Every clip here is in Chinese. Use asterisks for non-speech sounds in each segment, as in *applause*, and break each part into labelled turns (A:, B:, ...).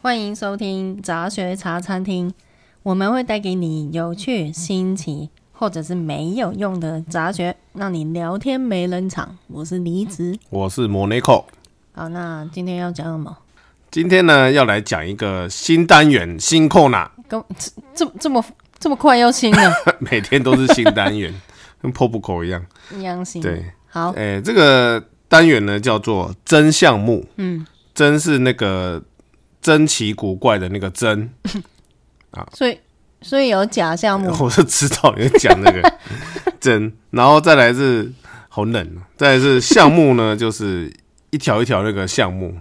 A: 欢迎收听杂学茶餐厅，我们会带给你有趣、新奇或者是没有用的杂学，让你聊天没冷场。我是离职。
B: 我是 Monaco。
A: 好，那今天要讲什么？
B: 今天呢，要来讲一个新单元新 c o n a
A: 跟这这这么这么快要新了，
B: *laughs* 每天都是新单元， *laughs* 跟 p o p c o 一样。
A: 一样新。
B: 对，
A: 好，
B: 哎、这个单元呢叫做真项目，
A: 嗯，
B: 真是那个珍奇古怪的那个真，
A: 所以所以有假项目，
B: 我就知道你在讲
A: *laughs*
B: 那个真，然后再来是好冷哦，再来是项目呢，就是一条一条那个项目，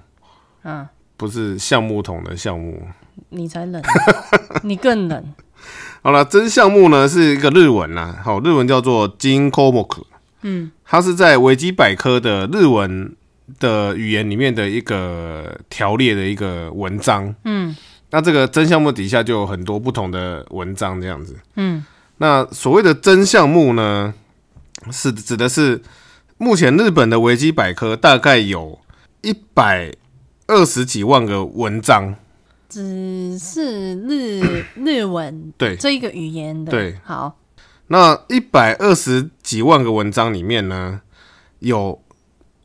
A: 嗯，
B: 不是橡木桶的项目。
A: 你才冷， *laughs* 你更冷。
B: 好了，真项目呢是一个日文啦，好，日文叫做金 k o m o k 嗯，它是在维基百科的日文的语言里面的一个条列的一个文章，嗯，那这个真项目底下就有很多不同的文章这样子，
A: 嗯，
B: 那所谓的真项目呢，是指的是目前日本的维基百科大概有一百二十几万个文章，
A: 只是日日文
B: 对，
A: 这一个语言的，
B: 对，
A: 好，
B: 那一百二十几万个文章里面呢，有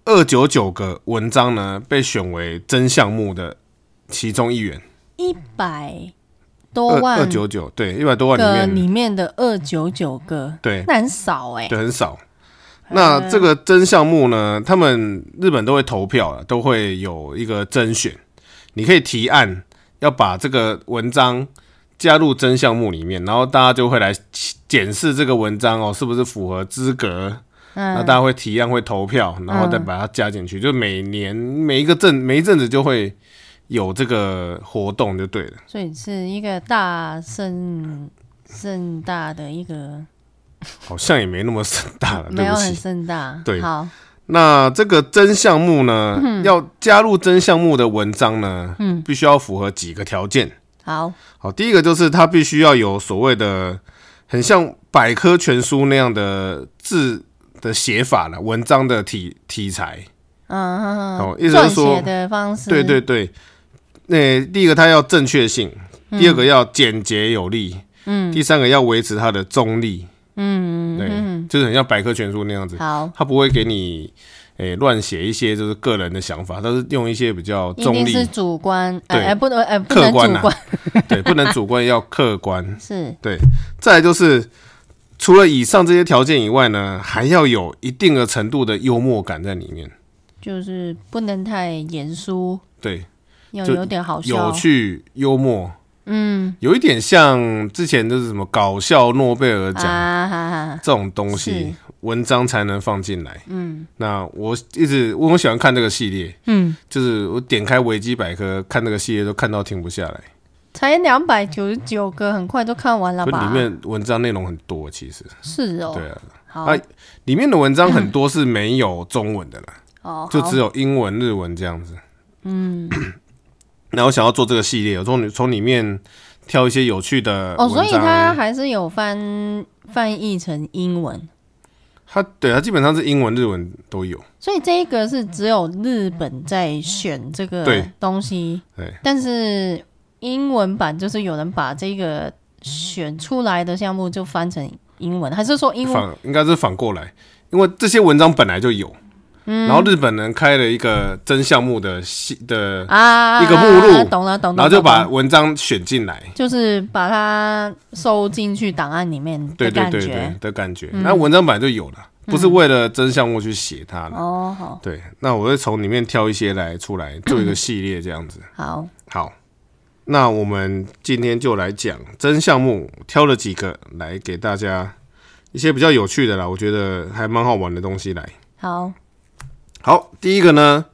B: 二九九个文章呢被选为真项目的其中一员，
A: 一百多
B: 二
A: 万
B: 二九九对一百多万
A: 个
B: 里面，
A: 里面的二九九个，
B: 对
A: 那很少哎、
B: 对很少。
A: 嗯
B: 那这个真项目呢，他们日本都会投票啊，都会有一个甄选，你可以提案要把这个文章加入真项目里面，然后大家就会来检视这个文章哦是不是符合资格，那
A: 嗯，
B: 大家会提案，会投票，然后再把它加进去。就每年每一个阵每一阵子就会有这个活动，就对了。
A: 所以是一个大盛盛大的一个，
B: 好像也没那么盛大了，
A: 没
B: 啊对
A: 有
B: 不
A: 很
B: 起。
A: 盛大。
B: 对
A: 好，
B: 那这个真项目呢，要加入真项目的文章呢，
A: 嗯
B: 必须要符合几个条件。
A: 好，
B: 好，第一个就是它必须要有所谓的很像百科全书那样的字的写法了，文章的题题材。
A: 嗯，
B: 哦意思
A: 撰
B: 是说
A: 写的方式，
B: 对对对，那、第一个它要正确性，第二个要简洁有力，
A: 嗯，
B: 第三个要维持它的中立，
A: 嗯，
B: 对，
A: 嗯，
B: 就是很像百科全书那样子
A: 嗯，好，
B: 它不会给你诶乱写一些就是个人的想法，它是用一些比较
A: 一
B: 中
A: 定是
B: 立，
A: 主观，哎、
B: 对
A: 哎不能哎、不
B: 客
A: 能
B: 观
A: 主
B: 啊
A: 观，
B: 对，不能主观，要客观。
A: 是
B: 再来就是除了以上这些条件以外呢，还要有一定的程度的幽默感在里面，
A: 就是不能太严肃，
B: 对，
A: 要
B: 就
A: 有点好笑，
B: 有趣幽默。
A: 嗯
B: 有一点像之前就是什么搞笑诺贝尔奖，
A: 啊，哈哈，
B: 这种东西
A: 是，
B: 文章才能放进来。嗯，那我一直我很喜欢看这个系列，
A: 嗯，
B: 就是我点开维基百科看这个系列都看到停不下来，
A: 才两百九十九个，很快都看完了
B: 可
A: 吧？
B: 里面文章内容很多，其实
A: 是哦，
B: 对啊，
A: 好，
B: 哎里面的文章很多是没有中文的啦，
A: 哦，
B: 就
A: 好
B: 只有英文、日文这样子。嗯， *clears throat* 然后想要做这个系列，我从从里面挑一些有趣的
A: 哦，
B: 呃文
A: 所以
B: 章啊
A: 它还是有翻翻译成英文，
B: 它对它基本上是英文、日文都有。
A: 所以这一个是只有日本在选这个
B: 对
A: 东西，
B: 对
A: 但是英文版就是有人把这个选出来的项目就翻成英文，还是说英文
B: 反应该是反过来，因为这些文章本来就有，
A: 嗯
B: 然后日本人开了一个真项目的系的，
A: 啊？
B: 一个目录
A: 懂了懂了，
B: 然后就
A: 懂
B: 把
A: 懂
B: 文章选进来，
A: 就是把它收进去档案里面的
B: 对对
A: 感
B: 对
A: 觉嗯
B: 对的感觉。那文章本来就有了，不是为了真项目去写它的。
A: 哦，好
B: 对，那我会从里面挑一些来
A: *clears throat*
B: 出来做一个系列这样子。
A: 好
B: 好，那我们今天就来讲真项目，挑了几个来给大家一些比较有趣的啦，我觉得还蛮好玩的东西来。
A: 好，
B: 好，第一个呢，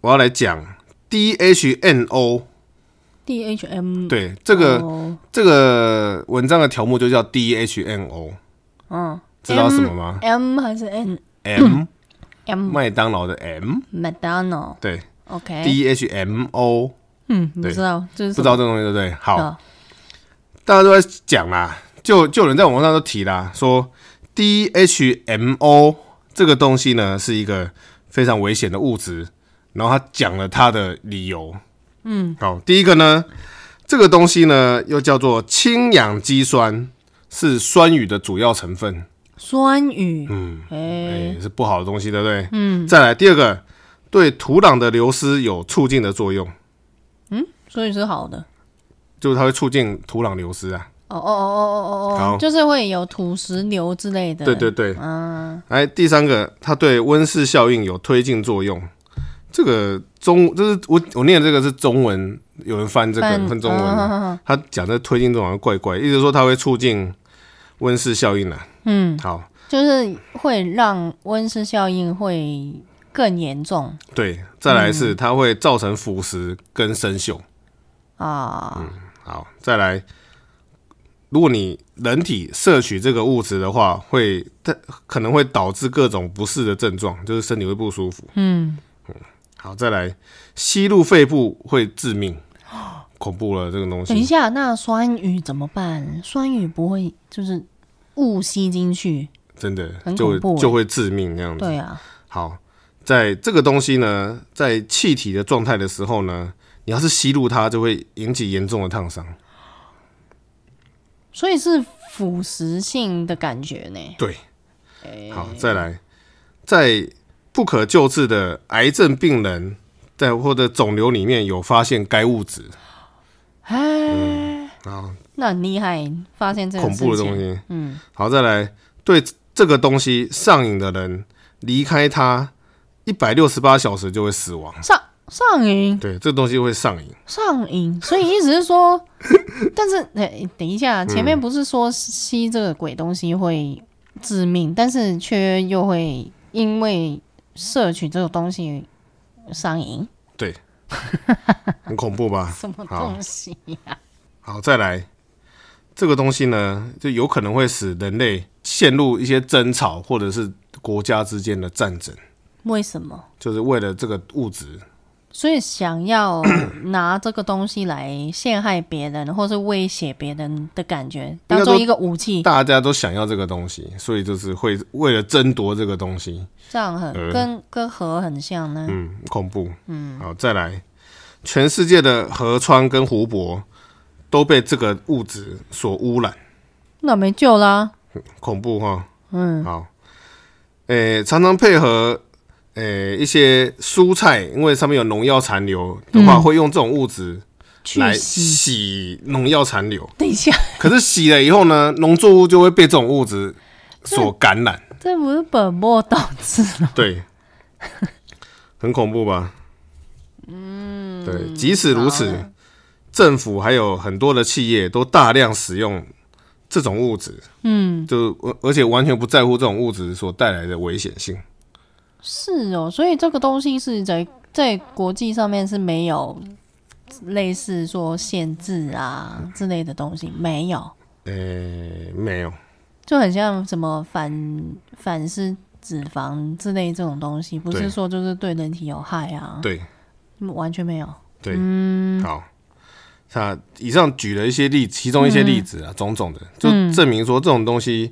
B: 我要来讲 DHNO。
A: D H M
B: 对，这个、
A: 哦
B: 这个文章的条目就
A: *clears throat*
B: 叫 DHNO，
A: 嗯
B: 知道什么吗
A: ，M 还是 N
B: ？M，
A: M
B: 麦当劳的 M，
A: 麦当劳
B: 对
A: ，OK，
B: ，DHMO，
A: 嗯，不
B: 对
A: 知道这哎是
B: 不知
A: 什么嗯
B: 道这哦东西对不对？好，
A: 的
B: 大家都在讲啦，就就有人在网络上都提啦，说 DHMO 这个东西呢是一个非常危险的物质，然后他讲了他的理由，嗯，好，第一个呢，这个东西呢又叫做氢氧基酸，是酸雨的主要成分。
A: 酸雨，
B: 嗯，
A: 哎、
B: 哎、是不好的东西，对不对？嗯。再来第二个，对土壤的流失有促进的作用，
A: 所以是好的。
B: 就是它会促进土壤流失啊。
A: 哦哦哦哦哦哦
B: 好
A: 哦，就是会有土石流之类的。
B: 对对对，嗯，哎，第三个，它对温室效应有推进作用。这个中，这是我我念的这个是中文，有人翻这个
A: 翻
B: 翻中文
A: 嗯
B: 的，他讲这推进作用好像怪怪，意思说它会促进温室效应啊。
A: 嗯，
B: 好，
A: 就是会让温室效应会更严重
B: 对，再来
A: 嗯
B: 是它会造成腐蚀跟生锈。
A: 啊。
B: 嗯好，再来，如果你人体摄取这个物质的话，会它可能会导致各种不适的症状，就是身体会不舒服。嗯好，再来，吸入肺部会致命，恐怖了这个东
A: 等一
B: 西。
A: 下，那酸雨怎么办？酸雨不会就是误吸进去？
B: 真的
A: 很
B: 就会
A: 恐怖欸
B: 就会致命那样子。
A: 对啊，
B: 好，在这个东西呢，在气体的状态的时候呢，你要是吸入它，就会引起严重的烫伤。
A: 所以是腐蚀性的感觉呢。
B: 对，好，再来，在不可救治的癌症病人在或者肿瘤里面有发现该物质
A: 哎、
B: 啊，
A: 那很厉害，发现这个
B: 恐怖的
A: 事
B: 东
A: 情
B: 西。
A: 嗯，
B: 好，再来，对这个东西上瘾的人离开它一百六十八小时就会死亡。
A: 上上瘾
B: 对，这个东西会上瘾。
A: 上瘾，所以意思是说， *laughs* 但是哎、等一
B: 嗯
A: 下，前面不是说吸这个鬼东西会致命，但是却又会因为摄取这个东西上瘾，
B: 对，很恐怖吧？
A: 什么
B: 好
A: 东西？
B: 好，再来，这个东西呢，就有可能会使人类陷入一些争吵或者是国家之间的战争，
A: 为什么？
B: 就是为了这个物质。
A: 所以想
B: *coughs*
A: 要拿这个东西来陷害别人，或是威胁别人的感觉，
B: 该
A: 当做
B: 说
A: 一个武器，
B: 大家都想要这个东西，所以就是会为了争夺这个东西，
A: 这样很、
B: 呃
A: 跟跟核很像呢。
B: 嗯，恐怖，嗯，好，再来，全世界的河川跟湖泊都被这个物质所污染，
A: 那没救啦。
B: 恐怖哈，
A: 嗯，
B: 好，诶、常常配合诶、一些蔬菜，因为上面有农药残留的话，会用这种物质
A: 嗯去
B: 来
A: 洗。
B: 洗农药残留，
A: 等一下，
B: 可是洗了以后呢，农作物就会被这种物质所感染，
A: 这不是本末倒置了？
B: *laughs* 对，很恐怖吧？嗯，啊对，即使如
A: 好
B: 此
A: 了，
B: 政府还有很多的企业都大量使用这种物质，嗯，就而而且完全不在乎这种物质所带来的危险性，
A: *laughs* 是哦，所以这个东西是在在国际上面是没有类似说限制啊之类的东西，没有，
B: 诶、没有，
A: 就很像什么反反式脂肪之类这种东西，不是
B: 对
A: 说就是对人体有害啊，
B: 对
A: 完全没有。
B: 对，好。那以上举了一些例，其中一些例子啊，种种的，就证明说这种东西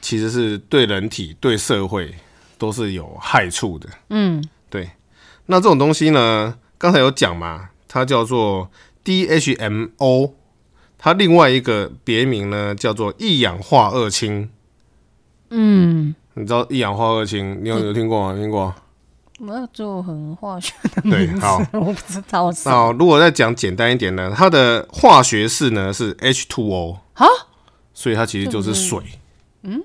B: 其实是对人体、对社会都是有害处的。
A: 嗯，
B: 对，那这种东西呢，刚才有讲嘛，它叫做 DHMO，它另外一个别名呢叫做一氧化二氢。
A: 嗯，
B: 你知道一氧化二氢，你有有听过吗？听过。
A: 那就很化学的 *laughs*
B: 对
A: 名字，
B: 好
A: 我不知道是
B: 那如果再讲简单一点呢，它的化学式呢是 H2O
A: 啊，
B: 所以它其实就是水。嗯，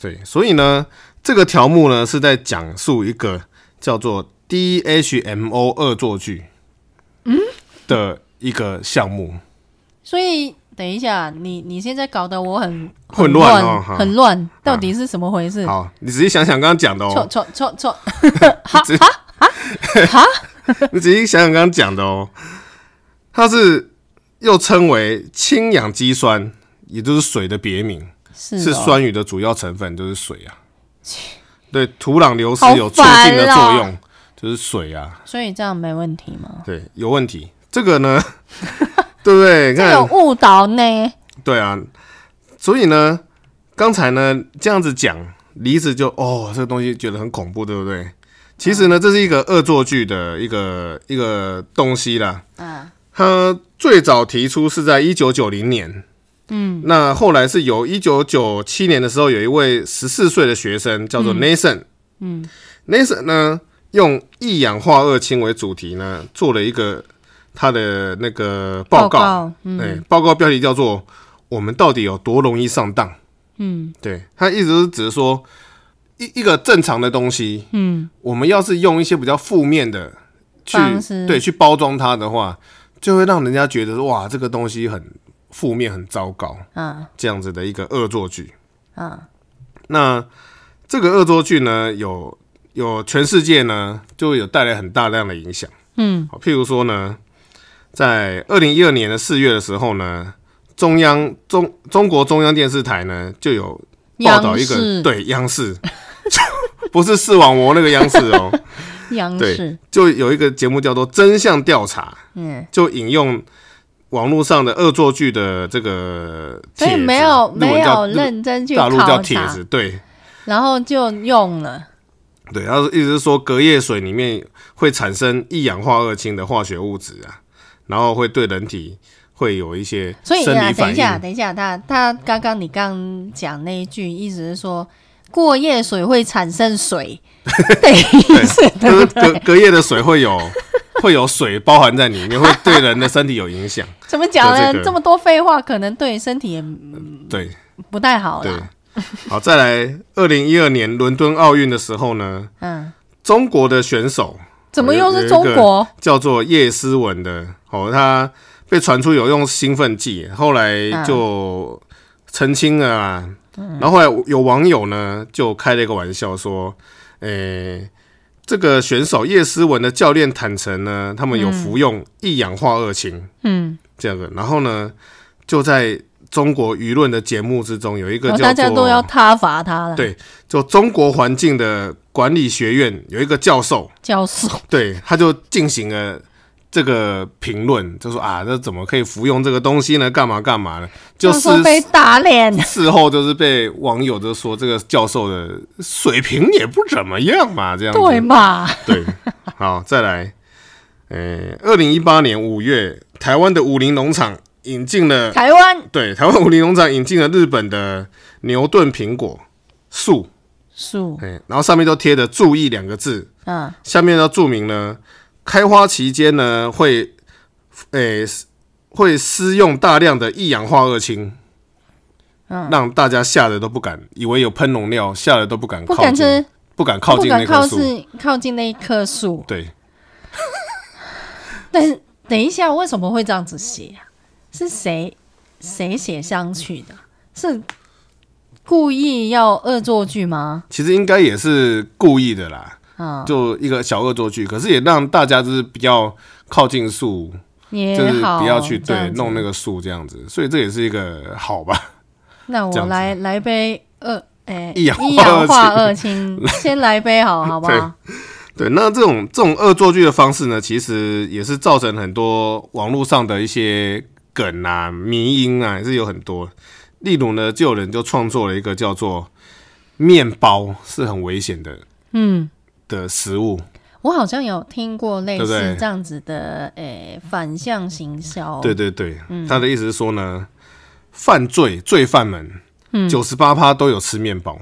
B: 对，所以呢，这个条目呢是在讲述一个叫做 DHMO 恶作剧嗯的一个项目。
A: 所以等一下，你你现在搞得我很
B: 混乱
A: 乱，
B: 哦哈
A: 很乱，到底是什么回事？
B: 好，你仔细想想刚刚讲
A: *laughs*
B: 的
A: 错
B: 哦，
A: 错错错，
B: 你仔细想想刚刚讲的哦，它是又称为氢氧基酸，也就是水的别名。
A: 是
B: 是
A: 哦，
B: 酸雨的主要成分就是水啊。对，土壤流失
A: 好
B: 有促进的作
A: 烦哦
B: 用，就是水啊。
A: 所以这样没问题吗？
B: 对，有问题。这个呢， *laughs* 对不对？你
A: 这
B: 看
A: 有，误导呢，
B: 对啊。所以呢，刚才呢这样子讲，梨子就哦，这个东西觉得很恐怖，对不对？其实呢，
A: 嗯
B: 这是一个恶作剧的一个一个东西啦。
A: 啊，
B: 它最早提出是在一九九零年，
A: 嗯，
B: 那后来是由一九九七年的时候，有一位十四岁的学生叫做 Nathan，
A: 嗯
B: Nathan 呢，用一氧化二氢为主题呢，做了一个他的那个报告，对，
A: 嗯
B: 哎报告标题叫做“我们到底有多容易上当
A: 嗯”。
B: 对他一直都是只是说一一个正常的东西，
A: 嗯，
B: 我们要是用一些比较负面的去
A: 方式
B: 对去包装它的话，就会让人家觉得说哇，这个东西很负面、很糟糕
A: 啊
B: 这样子的一个恶作剧。
A: 啊，
B: 那这个恶作剧呢，有有全世界呢，就有带来很大量的影响。
A: 嗯
B: 好，譬如说呢，在二零一二年的四月的时候呢，中央中中国中央电视台呢就有报道一
A: 央
B: 个
A: 视
B: 对央视， *laughs* 不是视网膜那个央视哦，
A: 央
B: 对
A: 视，
B: 就有一个节目叫做《真相调查》，
A: 嗯，
B: 就引用网络上的恶作剧的这个
A: 所
B: 帖
A: 以
B: 子，
A: 没有
B: 日文
A: 没
B: 叫
A: 有
B: 日
A: 认真去
B: 大陆叫
A: 考
B: 帖
A: 察
B: 子，，对，
A: 然后就用了，
B: 对，他一直说隔夜水里面会产生一氧化二氢的化学物质啊，然后会对人体会有一些
A: 所以
B: 生
A: 啊，等
B: 理反
A: 一
B: 应。
A: 下，等一下，他他刚刚你刚讲那一句，意思是说过夜水会产生
B: *laughs*
A: 水，等于是
B: 就是隔隔夜的水会有会有水包含在里面，会对人的身体有影响。
A: 怎么讲
B: 有
A: 呢？
B: 这个
A: 这么多废话，可能对身体也
B: 对
A: 不太好
B: 对
A: 啦。，
B: 好，再来，二零一二年伦敦奥运的时候呢，
A: 嗯，
B: 中国的选手
A: 怎么又
B: 有有
A: 是
B: 一
A: 中
B: 个
A: 国？
B: 叫做叶诗文的，哦，他被传出有用兴奋剂，后来
A: 嗯
B: 就澄清了啊。然后后来有网友呢就开了一个玩笑说，诶、这个选手叶诗文的教练坦诚呢，他们有服用一氧化二氢、
A: 嗯，
B: 这样的，然后呢就在中国舆论的节目之中有一个
A: 然后
B: 叫
A: 哦
B: 做、
A: 大家都要挞伐他了。
B: 对就中国环境的管理学院有一个教授，
A: 教授，
B: 对，他就进行了这个评论，就说啊，这怎么可以服用这个东西呢？干嘛干嘛呢？就
A: 教
B: 是
A: 授被打脸。
B: *laughs* 事后就是被网友就说这个教授的水平也不怎么样嘛，这样子。
A: 对嘛？
B: 对，好，再来，呃，二零一八年五月，台湾的武林农场引进了，
A: 台湾
B: 对，台湾武林农场引进了日本的牛顿苹果树，
A: 树，
B: 哎、然后上面都贴着“注意”两个字，
A: 嗯，
B: 下面要注明呢，开花期间呢会，诶、会施用大量的一氧化二氢，
A: 嗯
B: 让大家吓得都不敢，以为有喷农药，吓得都不敢
A: 不
B: 靠
A: 敢
B: 近，
A: 吃，
B: 不敢靠
A: 不
B: 近
A: 敢
B: 那
A: 靠
B: 棵树。
A: 近靠近那一棵树。
B: 对，
A: 但是等一下，为什么会这样子写啊？是谁谁写上去的？是故意要恶作剧吗？
B: 其实应该也是故意的啦，
A: 啊、
B: 就一个小恶作剧，可是也让大家就是比较靠近树，
A: 也
B: 就是
A: 好，
B: 不要去
A: 这样
B: 对
A: 子
B: 弄那个树这样子，所以这也是一个好吧？
A: 那
B: 这
A: 我
B: 样子
A: 来来杯二，哎，
B: 一氧化
A: 氧化二
B: *laughs*
A: 氢，先来杯好，好不好？
B: 对，那这种这种恶作剧的方式呢，其实也是造成很多网络上的一些梗啊、迷因啊，也是有很多。例如呢，就有人就创作了一个叫做“面包是很危险的
A: 嗯，”
B: 的食物，
A: 我好像有听过类
B: 对不
A: 似
B: 对
A: 这样子的，诶，反向行销，
B: 对对对，他的意思是说呢，犯罪罪犯们九十八趴都有吃面包。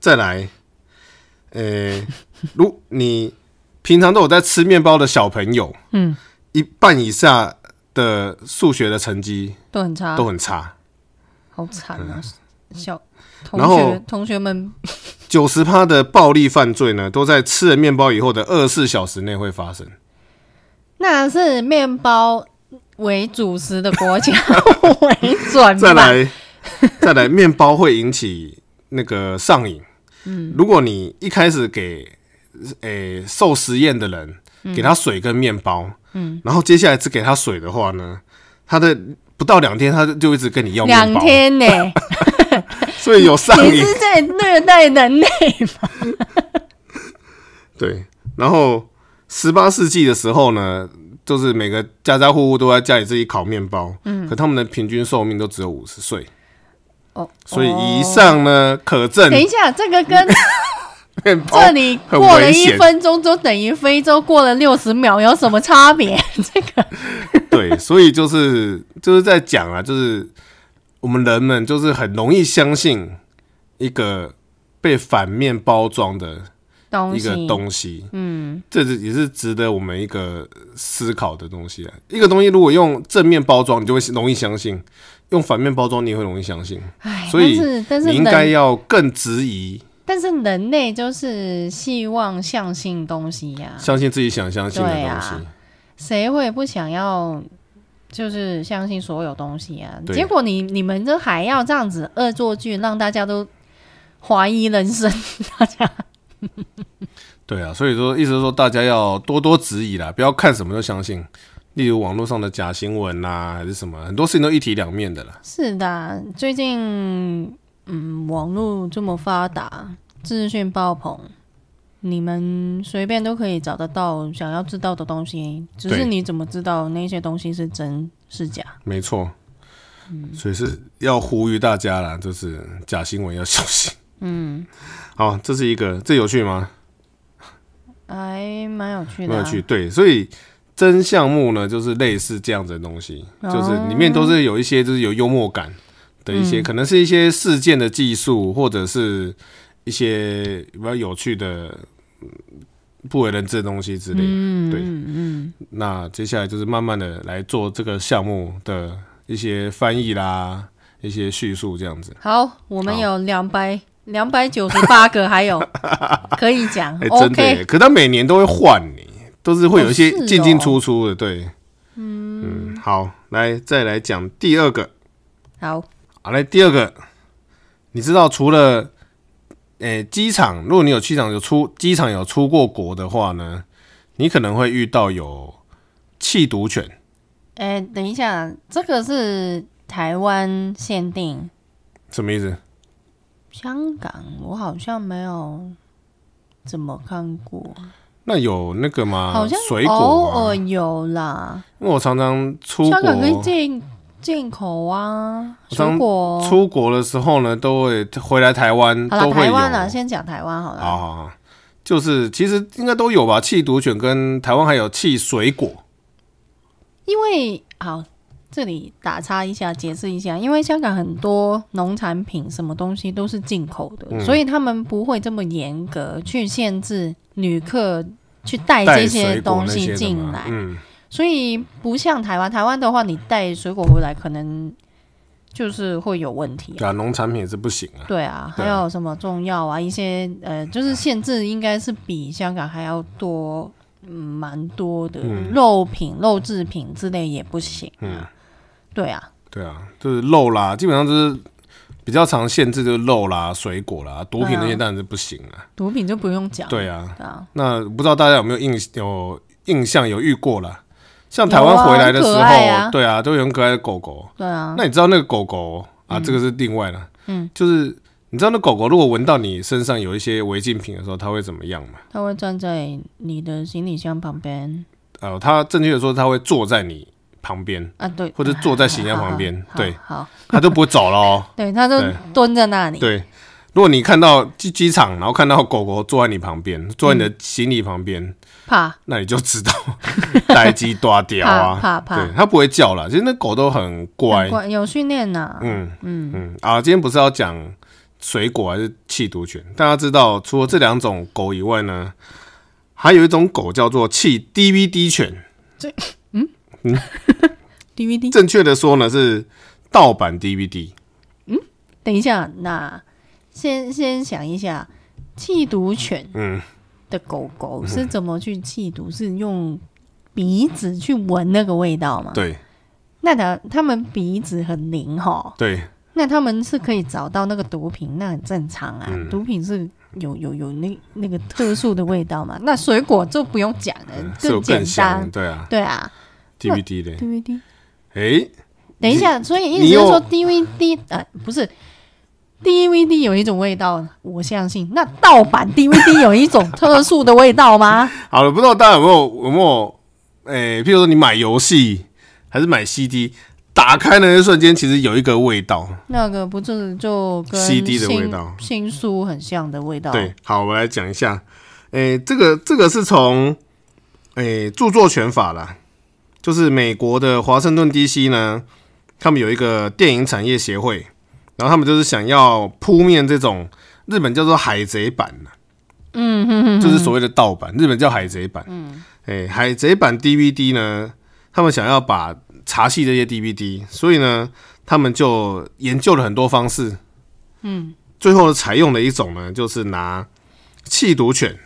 B: 再来，呃，如你平常都有在吃面包的小朋友，
A: 嗯，
B: 一半以下的数学的成绩
A: 都很差
B: 都，很差，
A: 好惨啊！小同
B: 然后
A: 学同学们，
B: 九十趴的暴力犯罪呢，都在吃了面包以后的二十四小时内会发生。
A: 那是面包为主食的国
B: *laughs*
A: 家为准
B: 再
A: 吧？
B: 来， *laughs* 再来，面包会引起那个上瘾。嗯，如果你一开始给诶、受实验的人给他水跟面包，嗯，然后接下来只给他水的话呢，他的不到两天他就就一直跟你要面
A: 两
B: 包，
A: 天
B: *laughs*
A: 呢、
B: 所以有上
A: 你
B: 瘾。
A: 是在虐待人类吗？
B: 对，然后十八世纪的时候呢，就是每个家家户户都在家里自己烤面包，嗯，可他们的平均寿命都只有五十岁，
A: 哦，
B: 所以
A: 哦
B: 以上呢可证
A: 等一下，这个跟
B: *laughs* 面包
A: 这里
B: 很
A: 过了
B: 危
A: 一
B: 险
A: 分钟就等于非洲过了六十秒，有什么差
B: *laughs*
A: 别？这个
B: 对，所以就是就是在讲啊，就是我们人们就是很容易相信一个被反面包装的
A: 东
B: 一个
A: 西，
B: 东西，
A: 嗯，
B: 这是也是值得我们一个思考的东西啊。一个东西如果用正面包装，你就会容易相信；用反面包装，你也会容易相信。
A: 哎，
B: 所以
A: 但是但是
B: 你应
A: 人
B: 该要更质疑，
A: 但是人类就是希望相信东西呀、
B: 相信自己想相信的
A: 对
B: 东西。
A: 啊谁会不想要就是相信所有东西啊？
B: 对
A: 结果你你们这还要这样子恶作剧，让大家都怀疑人生，大家
B: 对啊，所以说意思是说大家要多多质疑啦，不要看什么都相信。例如网络上的假新闻呐、还是什么，很多事情都一体两面的
A: *laughs*
B: 啦。
A: 是的啊。最近嗯，网络这么发达，资讯爆棚。你们随便都可以找得到想要知道的东西，只是
B: 对
A: 你怎么知道那些东西是真是假？
B: 没错，所以是要呼吁大家啦，就是假新闻要小心。嗯，好，这是一个，这有趣吗？
A: 还蛮有趣的、
B: 没
A: 啊，
B: 有趣，对，所以真项目呢，就是类似这样子的东西，就是里面
A: 哦
B: 都是有一些就是有幽默感的一
A: 嗯
B: 些，可能是一些事件的技术，或者是一些比较有趣的、嗯不为人知的东西之类的。
A: 嗯，
B: 对
A: 嗯嗯，
B: 那接下来就是慢慢的来做这个项目的一些翻译啦，一些叙述这样子。
A: 好，我们
B: 好
A: 有两百两百九十八个，还
B: *laughs*
A: 有可以讲、
B: 哎、真的耶
A: OK，
B: 可他每年都会换你，都是会有一些
A: 哦是哦
B: 进进出出的，对，嗯好，来再来讲第二个，
A: 好，
B: 好，来第二个，你知道除了，诶、机场，如果你有机场有出机场有出过国的话呢，你可能会遇到有弃毒犬，
A: 哎、等一下，这个是台湾限定，
B: 什么意思？
A: 香港我好像没有怎么看过，
B: 那有那个吗？
A: 好像
B: 啊水
A: 偶
B: 果吗、
A: 尔有啦，
B: 因为我常常出
A: 香港可以
B: 国，啊
A: 进进口啊，
B: 我常
A: 水果。
B: 出国的时候呢，都会回来台湾，
A: 好了，
B: 都会
A: 台
B: 有。
A: 湾啦，先讲台湾好了。
B: 好好好，啊就是其实应该都有吧，弃毒犬跟台湾还有弃水果，
A: 因为好，这里打岔一下，解释一下，因为香港很多农产品什么东西都是进口的，
B: 嗯
A: 所以他们不会这么严格去限制旅客去带
B: 带
A: 哎这
B: 水
A: 些
B: 果
A: 东
B: 那些
A: 西
B: 的
A: 进
B: 嘛
A: 来，
B: 嗯，
A: 所以不像台湾，台湾的话，你带水果回来可能就是会有问题、啊。
B: 对啊，农产品是不行啊。
A: 对啊，
B: 对
A: 还
B: 啊
A: 有什么中药啊，一些呃，就是限制应该是比香港还要多，嗯，蛮多的、
B: 嗯
A: 肉品、肉制品之类也不行、啊。
B: 嗯
A: 对啊，
B: 对啊，就是肉啦，基本上就是比较常限制就是肉啦、水果啦、毒品那
A: 对
B: 些
A: 啊
B: 当然是不行啊。
A: 毒品就不用讲。
B: 对啊，
A: 对啊，
B: 那不知道大家有没有印有印象有遇过啦？像台
A: 有
B: 湾
A: 啊
B: 回来的时候，
A: 很可爱啊
B: 对啊，都有很可爱的狗狗。
A: 对啊，
B: 那你知道那个狗狗啊，这个是另外的，
A: 嗯，
B: 就是你知道那狗狗如果闻到你身上有一些违禁品的时候，它会怎么样吗？
A: 他会站在你的行李箱旁边
B: 呃，它正确的说，它会坐在你旁边，
A: 啊，对，
B: 或者坐在行李箱旁边
A: 好， *laughs* 好
B: 对，
A: 好，
B: 它都不会走了哦。
A: *laughs* 对，他就
B: 对
A: 蹲在那里。
B: 对，如果你看到机机场，然后看到狗狗坐在你旁边，坐在你的行李旁边，
A: 怕
B: 那你就
A: *laughs*
B: 知道待机抓掉
A: 怕
B: 啊。
A: 怕怕
B: 对，，它不会叫啦，其实那狗都很乖
A: 很。乖，有训练呐。
B: 嗯
A: 嗯，
B: 嗯啊，今天不是要讲水果还是弃毒犬？大家知道，除了这两种狗以外呢，还有一种狗叫做弃 DVD 犬。
A: DVD。
B: 正确的说呢是盗版 DVD。
A: 等一下，那先先想一下，弃毒犬
B: 嗯，
A: 的狗狗是怎么去弃毒？是用鼻子去闻那个味道吗？
B: 对
A: 那它它们鼻子很灵哈，
B: 对，
A: 那他们是可以找到那个毒品，那很正常啊。
B: 嗯
A: 毒品是有有有那那个特殊的味道嘛。那水果就不用讲了，
B: 嗯是有
A: 简
B: 更香。
A: 单。
B: 对啊
A: 对啊
B: ，DVD 的。
A: ，DVD。
B: 诶、
A: 等一下，所以意思
B: 你
A: 是
B: 有
A: 说 DVD 呃不是 DVD 有一种味道，我相信。那盗版 DVD 有一种特殊的味道
B: *laughs*
A: 吗？
B: 好了，不知道大家有没有有没有，诶、譬如说你买游戏还是买 CD，打开的那一瞬间，其实有一个味道。
A: 那个不是就跟
B: CD 的
A: 新
B: 味道
A: 新书很像的哦味道。
B: 对，好，我来讲一下。诶、这个这个是从诶、著作权法啦，就是美国的华盛顿 D.C. 呢，他们有一个电影产业协会，然后他们就是想要扑灭这种日本叫做海贼版啦
A: 嗯哼哼，
B: 就是所谓的盗版，日本叫海贼版。嗯，哎、海贼版 DVD 呢，他们想要把查系这些 DVD，所以呢，他们就研究了很多方式。嗯，最后采用的一种呢，就是拿弃毒犬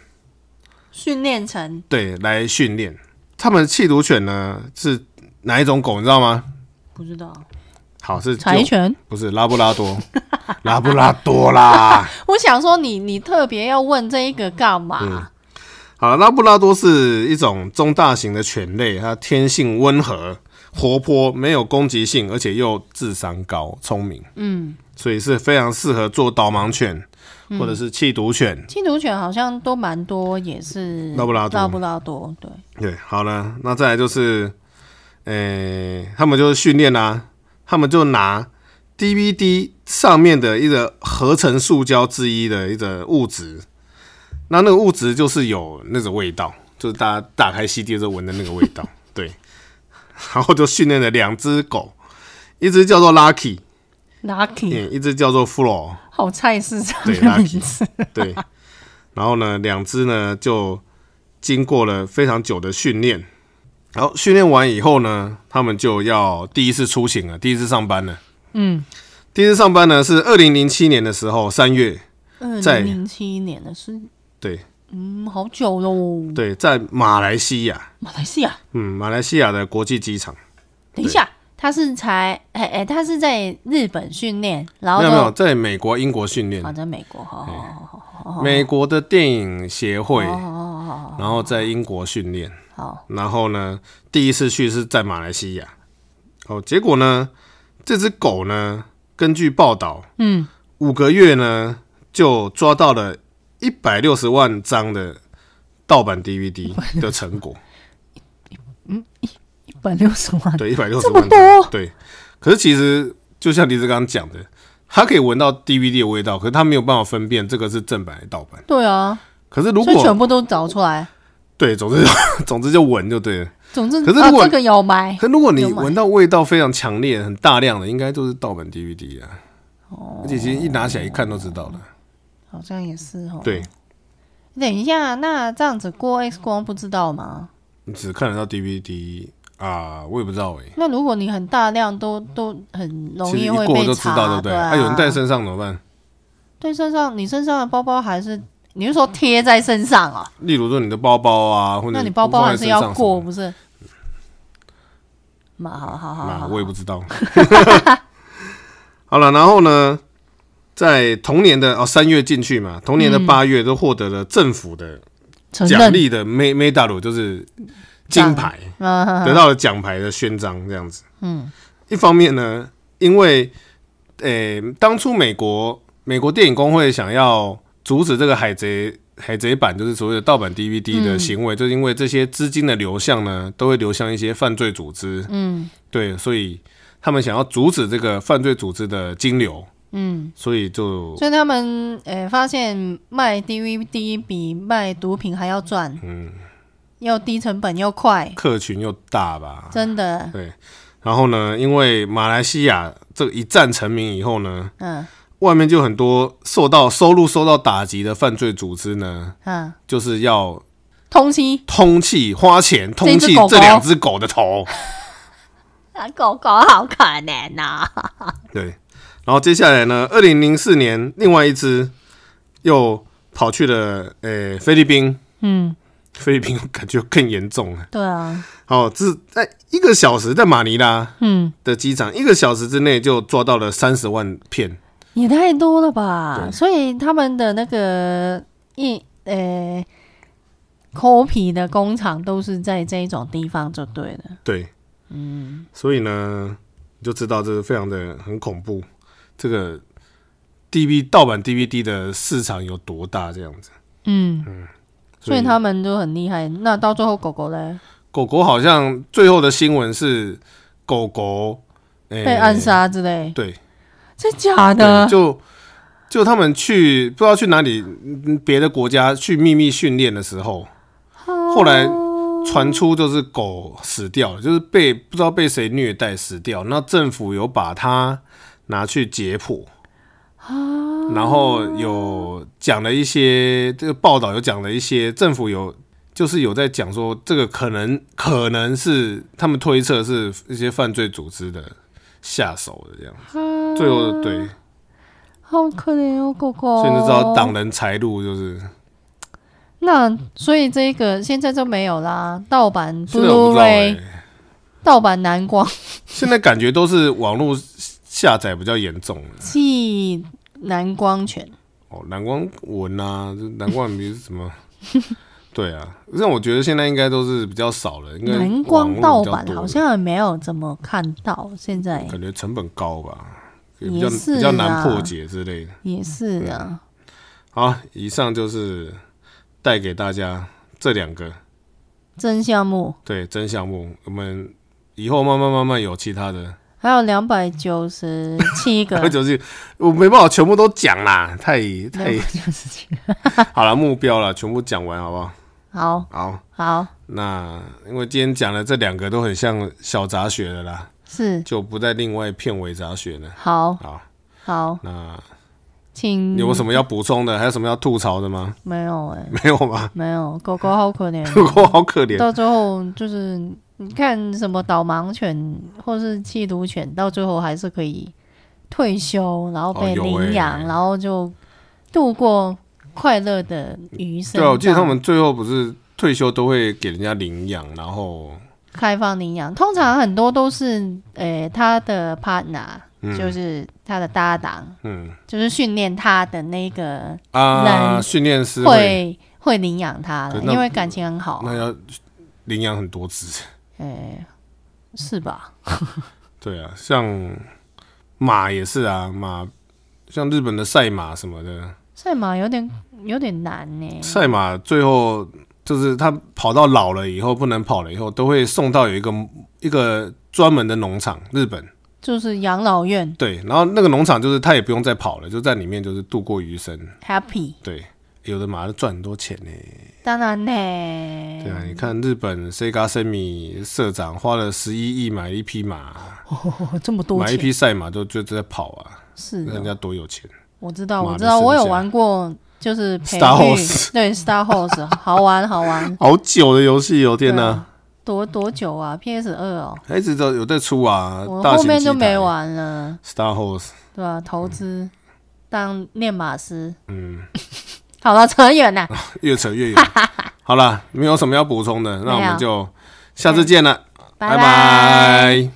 A: 训练成
B: 对来训练。他们弃毒犬呢是哪一种狗，你知道吗？
A: 不知道
B: 好是
A: 柴犬。
B: 不是拉布拉多，拉布拉多啦。
A: 我想说你你特别要问这一个干嘛？
B: 嗯好，拉布拉多是一种中大型的犬类，它天性温和、活泼，没有攻击性，而且又智商高、聪明，
A: 嗯，
B: 所以是非常适合做导盲犬或者是弃毒犬。
A: 缉毒犬好像都蛮多，也是
B: 拉布拉多
A: 拉布拉多对，
B: 对，好了，那再来就是，呃、他们就是训练啦，他们就拿 DVD 上面的一个合成塑胶之一的一个物质，那那个物质就是有那种味道，就是大家打开 CD 的时候闻的那个味道，对，然后就训练了两只狗，一只叫做 Lucky，
A: Lucky，、
B: 嗯，一只叫做 Flo，
A: 好菜市场
B: 对
A: 的
B: Lucky
A: 名字。
B: 对，然后呢，两只呢就经过了非常久的训练，然后训练完以后呢，他们就要第一次出行了，第一次上班了。
A: 嗯，
B: 第一次上班呢是二零零七年的时候，三月，
A: 二
B: 在
A: 零零七年的是，
B: 对
A: 嗯，好久喽。
B: 对，在马来西亚，
A: 马来西亚，
B: 嗯，马来西亚的国际机场，
A: 等一下，他是才，哎哎，他是在日本训练，然后
B: 没有没有，
A: 就
B: 在美国、英国训练
A: 好，在美国，好好好好
B: 美国的电影协会，
A: 好好好
B: 然后在英国训练。
A: 好，
B: 然后呢，第一次去是在马来西亚。哦，结果呢，这只狗呢，根据报道，
A: 嗯，
B: 五个月呢就抓到了一百六十万张的盗版
A: *laughs*
B: DVD 的成果，
A: 一百六十万，
B: 对，一百六十
A: 这么
B: 万
A: 多
B: 张，对。可是其实就像李志刚讲的，他可以闻到 DVD 的味道，可是他没有办法分辨这个是正版还是盗版。
A: 对啊，
B: 可是如
A: 所以全
B: 果
A: 部都找出来。
B: 对，总之总之就 *laughs* 闻就对了。
A: 总之，
B: 可是
A: 啊
B: 如果
A: 这个有买
B: 可如果你
A: 有买
B: 闻到味道非常强烈、很大量的，应该都是盗版 DVD 啊。
A: 哦
B: 而且其实一拿起来一看都知道了。
A: 好像也是哦。
B: 对，，
A: 等一下，那这样子过 X 光不知道吗？
B: 你只看得到 DVD 啊，我也不知道哎、
A: 那如果你很大量都都很容
B: 其实
A: 易
B: 一
A: 会
B: 过
A: 被
B: 就知
A: 查，
B: 道，对不对？
A: 啊，
B: 有人带身上怎么办？
A: 对身上你身上的包包还是你是说贴在身上啊？
B: 例如说你的包包啊，或者
A: 那你包包还是要
B: 放在身上什么
A: 过
B: 的
A: 不是？嘛，好好好
B: 啊，
A: 好，
B: 我也不知道。 *laughs* 好了，然后呢，在同年的哦三月进去嘛，同
A: 嗯
B: 年的八月都获得了政府的
A: 承
B: 奖
A: 认
B: 励的 m e m e d a l 就是金
A: 呃奖
B: 牌。
A: 啊哈
B: 得
A: 哈，
B: 到了奖牌的勋章，这样子。嗯，一方面呢，因为诶、当初美国美国电影工会想要阻止这个海贼海贼版，就是所谓的盗版 DVD 的行为，就是因为这些资金的流向呢，都会流向一些犯罪组织。
A: 嗯
B: 对，所以他们想要阻止这个犯罪组织的金流，
A: 嗯，
B: 所以就
A: 所以他们呃发现卖 DVD 比卖毒品还要赚，嗯，又低成本又快，
B: 客群又大吧。
A: 真的，
B: 对，然后呢，因为马来西亚这个一战成名以后呢，
A: 嗯
B: 外面就很多受到收入受到打击的犯罪组织呢，
A: 嗯，
B: 就是要
A: 通缉
B: 通气花钱通
A: 这只
B: 气
A: 狗狗
B: 这两只狗的头，
A: 啊，狗狗好可怜啊呐、
B: 对。然后接下来呢，二零零四年，另外一只又跑去了呃菲律宾，
A: 嗯，
B: 菲律宾感觉更严重了。
A: 对啊，
B: 哦，这在一个小时在马尼拉
A: 嗯，
B: 的机场，一个小时之内就抓到了三十万片，
A: 也太多了吧？
B: 对
A: 所以他们的那个一呃，copy 的工厂都是在这一种地方就对了。
B: 对，嗯，所以呢，你就知道这是非常的很恐怖，这个 DVD 盗版 DVD 的市场有多大这样子。
A: 嗯，所以他们都很厉害。那到最后狗狗嘞？
B: 狗狗好像最后的新闻是狗狗
A: 被暗杀之类，
B: 对，
A: 真假
B: 哎对
A: 的？
B: 就就他们去不知道去哪里嗯别的国家去秘密训练的时候，后来传出就是狗死掉了，就是被不知道被谁虐待死掉，那政府有把它拿去解剖。然后有讲了一些这个报道，有讲了一些政府有就是有在讲说，这个可能可能是他们推测是一些犯罪组织的下手的这样，
A: 啊
B: 最后对，
A: 好可怜哦，狗狗。
B: 所以你就知道挡人财路就是
A: 那所以这个现在就没有啦，盗版
B: 现在我不知道哎、
A: Blu-ray、盗版蓝光
B: 现在感觉都是网络下载比较严重了
A: 系蓝光权，
B: 哦，蓝光文啊，这蓝光比如什
A: *laughs*
B: 么，对啊，但我觉得现在应该都是比较少了，应该
A: 蓝
B: 网络
A: 光
B: 比
A: 盗
B: 较
A: 版
B: 多
A: 好
B: 了
A: 像也没有怎么看到，现在
B: 感觉成本高吧，也比
A: 也
B: 较
A: 是啊
B: 比较难
A: 啦
B: 破解之类的。
A: 也是啊。
B: 好，以上就是带给大家这两个
A: 真项目
B: 对真项目，我们以后慢慢慢慢有其他的，
A: 还有两百九十七个
B: 那， *laughs* 就是我没办法全部都讲啦，太太
A: 297
B: *laughs* 好了，目标了，全部讲完好不好？
A: 好
B: 好，
A: 好
B: 那因为今天讲的这两个都很像小杂学的啦，
A: 是
B: 就不再另外片尾杂学了。
A: 好
B: 好，
A: 好，
B: 那
A: 请嗯
B: 你有什么要补充的？还有什么要吐槽
A: *laughs*
B: 的吗？
A: 没有哎、
B: 没有吗？，
A: 没有，狗狗好可怜
B: *laughs* 我好可怜。
A: 到最后就是你看什么导盲犬或是缉毒犬，到最后还是可以退休，然后
B: 哦
A: 被
B: 有欸
A: 领养，然后就度过快乐的余生。
B: 对啊，我记得
A: 这
B: 他
A: 样
B: 们最后不是退休都会给人家领养，然后
A: 开放领养，通常很多都是呃他的 partner，、
B: 嗯
A: 就是他的搭档，
B: 嗯
A: 就是训练他的那个
B: 啊，
A: 人
B: 训练师会
A: 会会领养他
B: 可
A: 了，
B: 那
A: 因为感情很好
B: 那
A: 啊，
B: 要领养很多只，
A: 哎，是吧？
B: 对啊，像马也是啊，马像日本的赛马什么的，
A: 赛马有点有点难呢、
B: 赛马最后就是他跑到老了以后不能跑了以后，都会送到有一个一个专门的农场，日本
A: 就是养老院
B: 对，然后那个农场就是他也不用再跑了，就在里面就是度过余生，
A: happy，
B: 对。有的马就赚很多钱呢、
A: 当然呢、嗯
B: 对啊，你看日本 Sega Semi 社长花了十一亿买了一匹马，
A: 哦，这么多
B: 买一
A: 钱
B: 匹赛马都就就在跑啊，
A: 是
B: 人
A: 的，
B: 家多有钱。
A: 我知道，
B: 马的
A: 我知道，我有
B: 身价
A: 玩过，就是培
B: Star
A: 育
B: Horse
A: 对 Star Horse 好玩好玩，
B: 好久的游戏哦， *laughs* 天
A: 对
B: 哪
A: 啊，多多久啊？PS 二哦，
B: 还一直都有在出啊，
A: 我
B: 大
A: 后
B: 型
A: 面
B: 机
A: 就没
B: 台
A: 玩了，
B: Star Horse，
A: 对吧、投资当练马师，
B: 嗯，
A: *laughs*
B: 啊
A: 好了，扯远了，
B: 越
A: *laughs*
B: 扯越远。好了，没有什么要补充的，那我
A: 没有
B: 们就下次见了，拜
A: 拜。
B: 拜